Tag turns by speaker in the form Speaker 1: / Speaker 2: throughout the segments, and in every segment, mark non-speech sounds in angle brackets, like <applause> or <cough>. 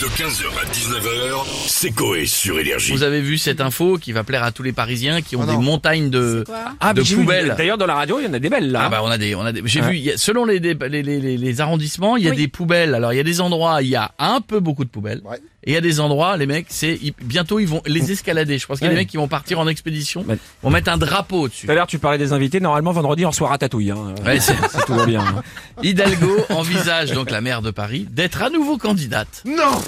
Speaker 1: De 15h à 19h, c'est Coé sur Énergie.
Speaker 2: Vous avez vu cette info qui va plaire à tous les Parisiens qui ont
Speaker 3: Oh
Speaker 2: des
Speaker 3: non.
Speaker 2: montagnes de,
Speaker 3: Ah,
Speaker 2: de
Speaker 3: mais j'ai vu,
Speaker 2: poubelles.
Speaker 3: D'ailleurs, dans la radio, il y en a des belles, là.
Speaker 2: Ah bah on a des, on a des- j'ai vu, il y a- selon les, dé- les, les, les- les arrondissements, il y a des poubelles. Alors il y a des endroits, il y a un peu beaucoup de poubelles. Et il y a des endroits, les mecs, c'est ils- bientôt ils vont les escalader. Je pense qu'il y a des
Speaker 3: Ouais.
Speaker 2: mecs qui vont partir en expédition,
Speaker 3: Ouais.
Speaker 2: vont mettre un drapeau dessus.
Speaker 3: Tout à l'heure, tu parlais des invités. Normalement, vendredi, on reçoit Ratatouille, hein.
Speaker 2: Ouais, c'est-
Speaker 3: Si tout va bien.
Speaker 2: <laughs> Hidalgo envisage donc la maire de Paris d'être à nouveau candidate. Non.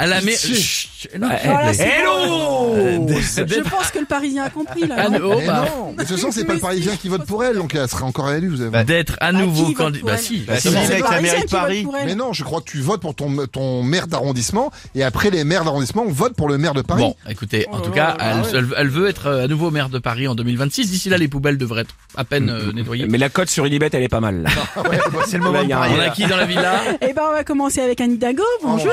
Speaker 2: À la maire. Chut, non,
Speaker 3: Eh,
Speaker 4: Voilà, c'est
Speaker 3: Hello! Euh,
Speaker 4: Je
Speaker 2: d'être
Speaker 4: pense que le Parisien a compris là.
Speaker 2: à
Speaker 4: non
Speaker 2: nouveau- oh,
Speaker 5: Mais
Speaker 2: bah,
Speaker 5: non, <laughs> mais de toute façon, c'est pas le Parisien qui vote pour elle, donc elle sera encore élue, vous avez.
Speaker 2: d'être à
Speaker 4: qui
Speaker 2: nouveau
Speaker 4: vote pour
Speaker 2: candidate. Bah
Speaker 4: elle
Speaker 2: si.
Speaker 5: Bah,
Speaker 4: C'est
Speaker 5: si,
Speaker 4: le
Speaker 5: c'est avec la
Speaker 4: Parisien
Speaker 5: mairie
Speaker 4: qui
Speaker 5: de
Speaker 4: vote
Speaker 5: Paris.
Speaker 4: pour elle.
Speaker 5: Mais non, je crois que tu votes pour ton, ton maire d'arrondissement, et après les maires d'arrondissement votent pour le maire de Paris.
Speaker 2: Bon, écoutez, en
Speaker 4: Oh
Speaker 2: tout
Speaker 4: là
Speaker 2: cas,
Speaker 4: là là,
Speaker 2: elle,
Speaker 4: ouais.
Speaker 2: elle- elle veut être euh, à nouveau maire de Paris en 2026. D'ici là, les poubelles devraient être à peine euh, nettoyées.
Speaker 3: Mais la cote sur Ilibet, elle est pas mal, là.
Speaker 5: c'est le
Speaker 3: moment de parier.
Speaker 2: On a qui dans la
Speaker 5: <laughs>
Speaker 2: villa
Speaker 4: Eh ben on va commencer avec Anne Hidalgo,
Speaker 2: Oh,
Speaker 4: bonjour.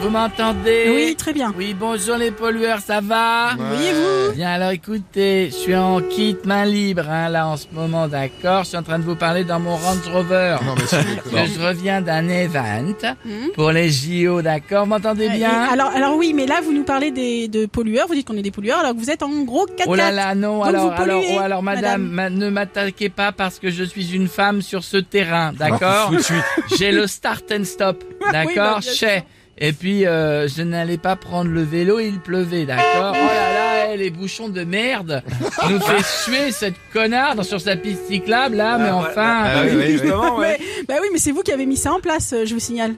Speaker 2: Vous m'entendez
Speaker 4: Oui, très bien.
Speaker 2: Oui, bonjour les pollueurs, ça va
Speaker 4: Voyez-vous
Speaker 2: Bien alors écoutez, je suis en kit main libre hein, là en ce moment, d'accord Je suis en train de vous parler dans mon Range Rover.
Speaker 5: Non, <laughs> mais c'est-
Speaker 2: Parce que Je reviens d'un event pour les JO, d'accord M'entendez
Speaker 4: Hum. Et
Speaker 2: Eh bien
Speaker 4: Eh Alors, alors oui, mais là vous nous parlez des, de pollueurs, vous dites qu'on est des pollueurs alors que vous êtes en gros 4
Speaker 2: Oh là
Speaker 4: <laughs>
Speaker 2: là, non,
Speaker 4: Donc
Speaker 2: alors,
Speaker 4: vous polluez,
Speaker 2: alors, oh, alors, madame,
Speaker 4: madame.
Speaker 2: ma- ne m'attaquez pas parce que je suis une femme sur ce terrain, d'accord
Speaker 3: Tout de suite.
Speaker 2: J'ai le start and stop,
Speaker 4: <laughs> Oui,
Speaker 2: d'accord
Speaker 4: bah, bien
Speaker 2: Chez. Et puis, euh, je n'allais pas prendre le vélo, il pleuvait, d'accord Oh là là, eh, les bouchons de merde nous fait suer cette connarde sur sa piste cyclable, là, mais enfin...
Speaker 4: Ah,
Speaker 3: Justement, ouais.
Speaker 4: Bah oui, mais c'est vous qui avez mis ça en place, euh, je vous signale.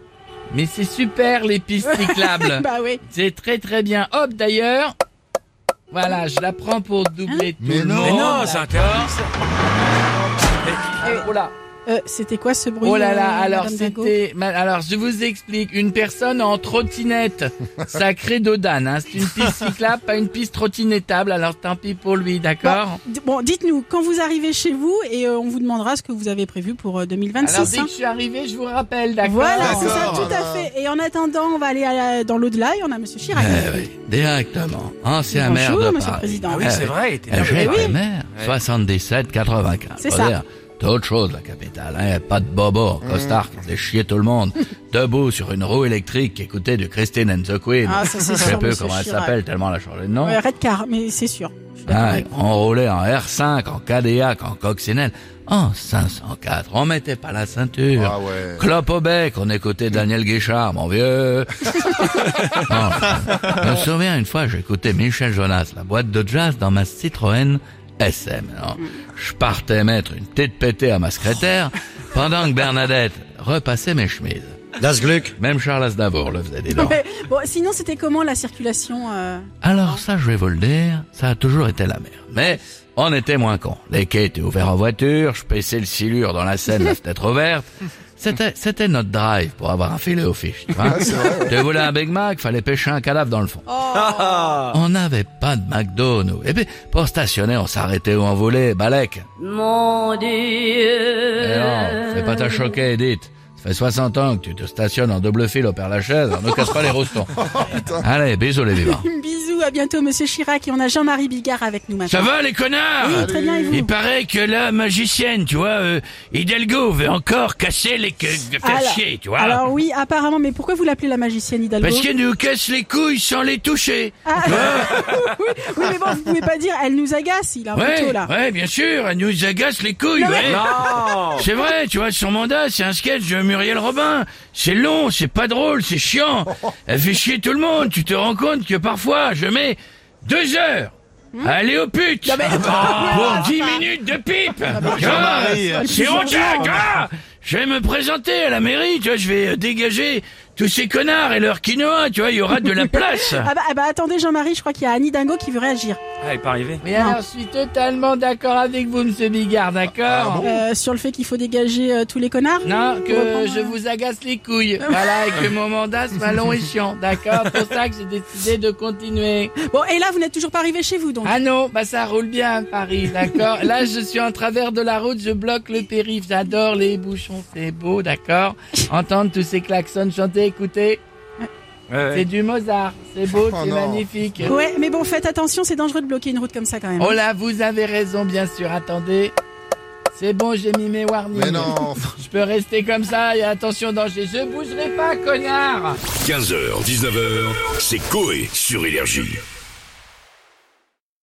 Speaker 2: Mais c'est super, les
Speaker 4: <laughs>
Speaker 2: pistes cyclables
Speaker 4: Bah oui.
Speaker 2: C'est très très bien. Hop, d'ailleurs... Voilà, je la prends pour doubler tout
Speaker 5: Mais
Speaker 2: le
Speaker 5: non.
Speaker 2: monde.
Speaker 5: Mais
Speaker 3: non, c'est
Speaker 2: intéressant Oh là
Speaker 4: Euh, c'était quoi ce bruit
Speaker 2: Oh là là,
Speaker 4: euh,
Speaker 2: alors
Speaker 4: madame Hidalgo
Speaker 2: c'était, ma- alors je vous explique, une personne en trottinette, <laughs> sacré dodane, hein, c'est une piste
Speaker 4: <laughs>
Speaker 2: cyclable, pas une piste trottinettable, alors tant pis pour lui, d'accord
Speaker 4: D- Bon, dites-nous quand vous arrivez chez vous et euh, on vous demandera ce que vous avez prévu pour euh,
Speaker 2: Alors
Speaker 4: 2026.
Speaker 2: dès
Speaker 4: hein.
Speaker 2: que je suis arrivé, je vous rappelle, d'accord
Speaker 4: Voilà, c'est ça,
Speaker 5: D'accord.
Speaker 4: tout à fait. Et en attendant, on va aller à la- dans l'au-delà et on a
Speaker 2: Eh
Speaker 4: Monsieur Chirac.
Speaker 2: directement, ancien
Speaker 4: Bonjour, maire de monsieur le Paris. président. Ah oui,
Speaker 3: C'est vrai, il était
Speaker 2: Elle
Speaker 4: Eh oui.
Speaker 2: primaire, 77-95.
Speaker 4: C'est
Speaker 2: Faut
Speaker 4: ça. Mm.
Speaker 2: dire, C'est autre chose, la capitale. Hein. Pas de bobo, costard, qui faisait chier tout le
Speaker 4: <laughs>
Speaker 2: monde. Debout sur une roue électrique qui écoutait de Christine and the Queen.
Speaker 4: Ah, ça, c'est
Speaker 2: Je sais
Speaker 4: sûr,
Speaker 2: peu
Speaker 4: monsieur
Speaker 2: comment elle
Speaker 4: Chirac.
Speaker 2: s'appelle, tellement elle a changé de nom.
Speaker 4: Ouais, Redcar, mais c'est sûr. Je suis d'accord
Speaker 2: Ah,
Speaker 4: avec vous.
Speaker 2: on roulait en R5, en Cadillac, en Coccinelle, en 504. On mettait pas la ceinture.
Speaker 5: Ah ouais.
Speaker 2: Clope au bec, on écoutait Daniel Guichard, mon
Speaker 5: <laughs>
Speaker 2: vieux. Non, je me souviens une fois, j'écoutais Michel Jonas, la boîte de jazz dans ma Citroën SM. Alors, je partais mettre une tête pétée à ma secrétaire pendant que Bernadette repassait mes chemises.
Speaker 6: Das Glück.
Speaker 2: Même Charles Aznavour le faisait, dis donc.
Speaker 4: Ouais. <laughs> Bon, sinon, c'était comment la circulation euh, <laughs>
Speaker 2: Alors ça, je vais vous le dire, ça a toujours été la mer. Mais on était moins cons. Les quais étaient ouverts en voiture, je paissais le silure dans la Seine, la fenêtre ouverte. C'était, c'était notre drive pour avoir un filet aux fiches, tu vois. <laughs> Tu voulais un Big Mac, fallait pêcher un cadavre dans le fond. On n'avait pas de McDo, nous. Et puis, pour stationner, on s'arrêtait où on voulait, Balek.
Speaker 7: Mon Dieu.
Speaker 2: Eh non, fais pas ta choquer, Edith. Ça fait 60 ans que tu te stationnes en double fil au Père Lachaise, on ne casse pas les <laughs> roustons. Allez, bisous les vivants.
Speaker 4: Bisous, à bientôt, monsieur Chirac. Et on a Jean-Marie Bigard avec nous maintenant.
Speaker 2: Ça va les connards
Speaker 4: Oui, très bien, et vous
Speaker 2: Il paraît que la magicienne, tu vois, euh, Hidalgo veut encore casser les queues de faire
Speaker 4: Alors-
Speaker 2: chier, tu vois.
Speaker 4: Alors, oui, apparemment, mais pourquoi vous l'appelez la magicienne Hidalgo
Speaker 2: Parce qu'elle nous casse les couilles sans les toucher. <laughs>
Speaker 4: Ah, <laughs> oui, oui, mais bon, vous pouvez pas dire, elle nous agace, il a un
Speaker 2: Ouais,
Speaker 4: couteau là.
Speaker 2: ouais, bien sûr, elle nous agace les couilles, ouais.
Speaker 3: Non!
Speaker 2: C'est vrai, tu vois, son mandat, c'est un sketch de Muriel Robin. C'est long, c'est pas drôle, c'est chiant. Elle fait chier tout le monde. Tu te rends compte que parfois, je mets deux heures
Speaker 4: Hmm
Speaker 2: à aller au pute <laughs>
Speaker 4: Ah,
Speaker 2: pour dix
Speaker 4: bah.
Speaker 2: minutes de pipe. Tu vois, C'est honteux, tu vois. Je vais me présenter à la mairie, tu vois, je vais euh, dégager tous ces connards et leur quinoa, tu vois, il y aura de
Speaker 4: <laughs>
Speaker 2: la place.
Speaker 4: Ah bah, ah bah, attendez Jean-Marie, je crois qu'il y a Annie Dingo qui veut réagir.
Speaker 3: Ah, elle est pas arrivée.
Speaker 2: Mais alors, je suis totalement d'accord avec vous, monsieur Bigard, d'accord
Speaker 4: Euh, sur le fait qu'il faut dégager euh, tous les connards
Speaker 2: Non,
Speaker 4: Pour reprendre,
Speaker 2: que je
Speaker 4: euh,
Speaker 2: vous agace les couilles. Voilà, et que mon mandat soit long et chiant, d'accord Pour ça que j'ai décidé de continuer.
Speaker 4: Bon, et là, vous n'êtes toujours pas arrivé chez vous, donc.
Speaker 2: Ah non, bah ça roule bien à Paris, d'accord Là, je suis en travers de la route, je bloque le périph', j'adore les bouchons, c'est beau, d'accord Entendre tous ces klaxons chanter, écouter, c'est du Mozart, c'est beau,
Speaker 5: Oh
Speaker 2: c'est
Speaker 5: non.
Speaker 2: magnifique.
Speaker 4: Ouais, mais bon, faites attention, c'est dangereux de bloquer une route comme ça quand même.
Speaker 2: Oh là, vous avez raison, bien sûr, attendez. C'est bon, j'ai mis mes warnings.
Speaker 5: Mais non,
Speaker 2: Je peux rester comme ça et attention danger, je bougerai pas, connard
Speaker 1: 15h, 19h, c'est Coé sur Énergie.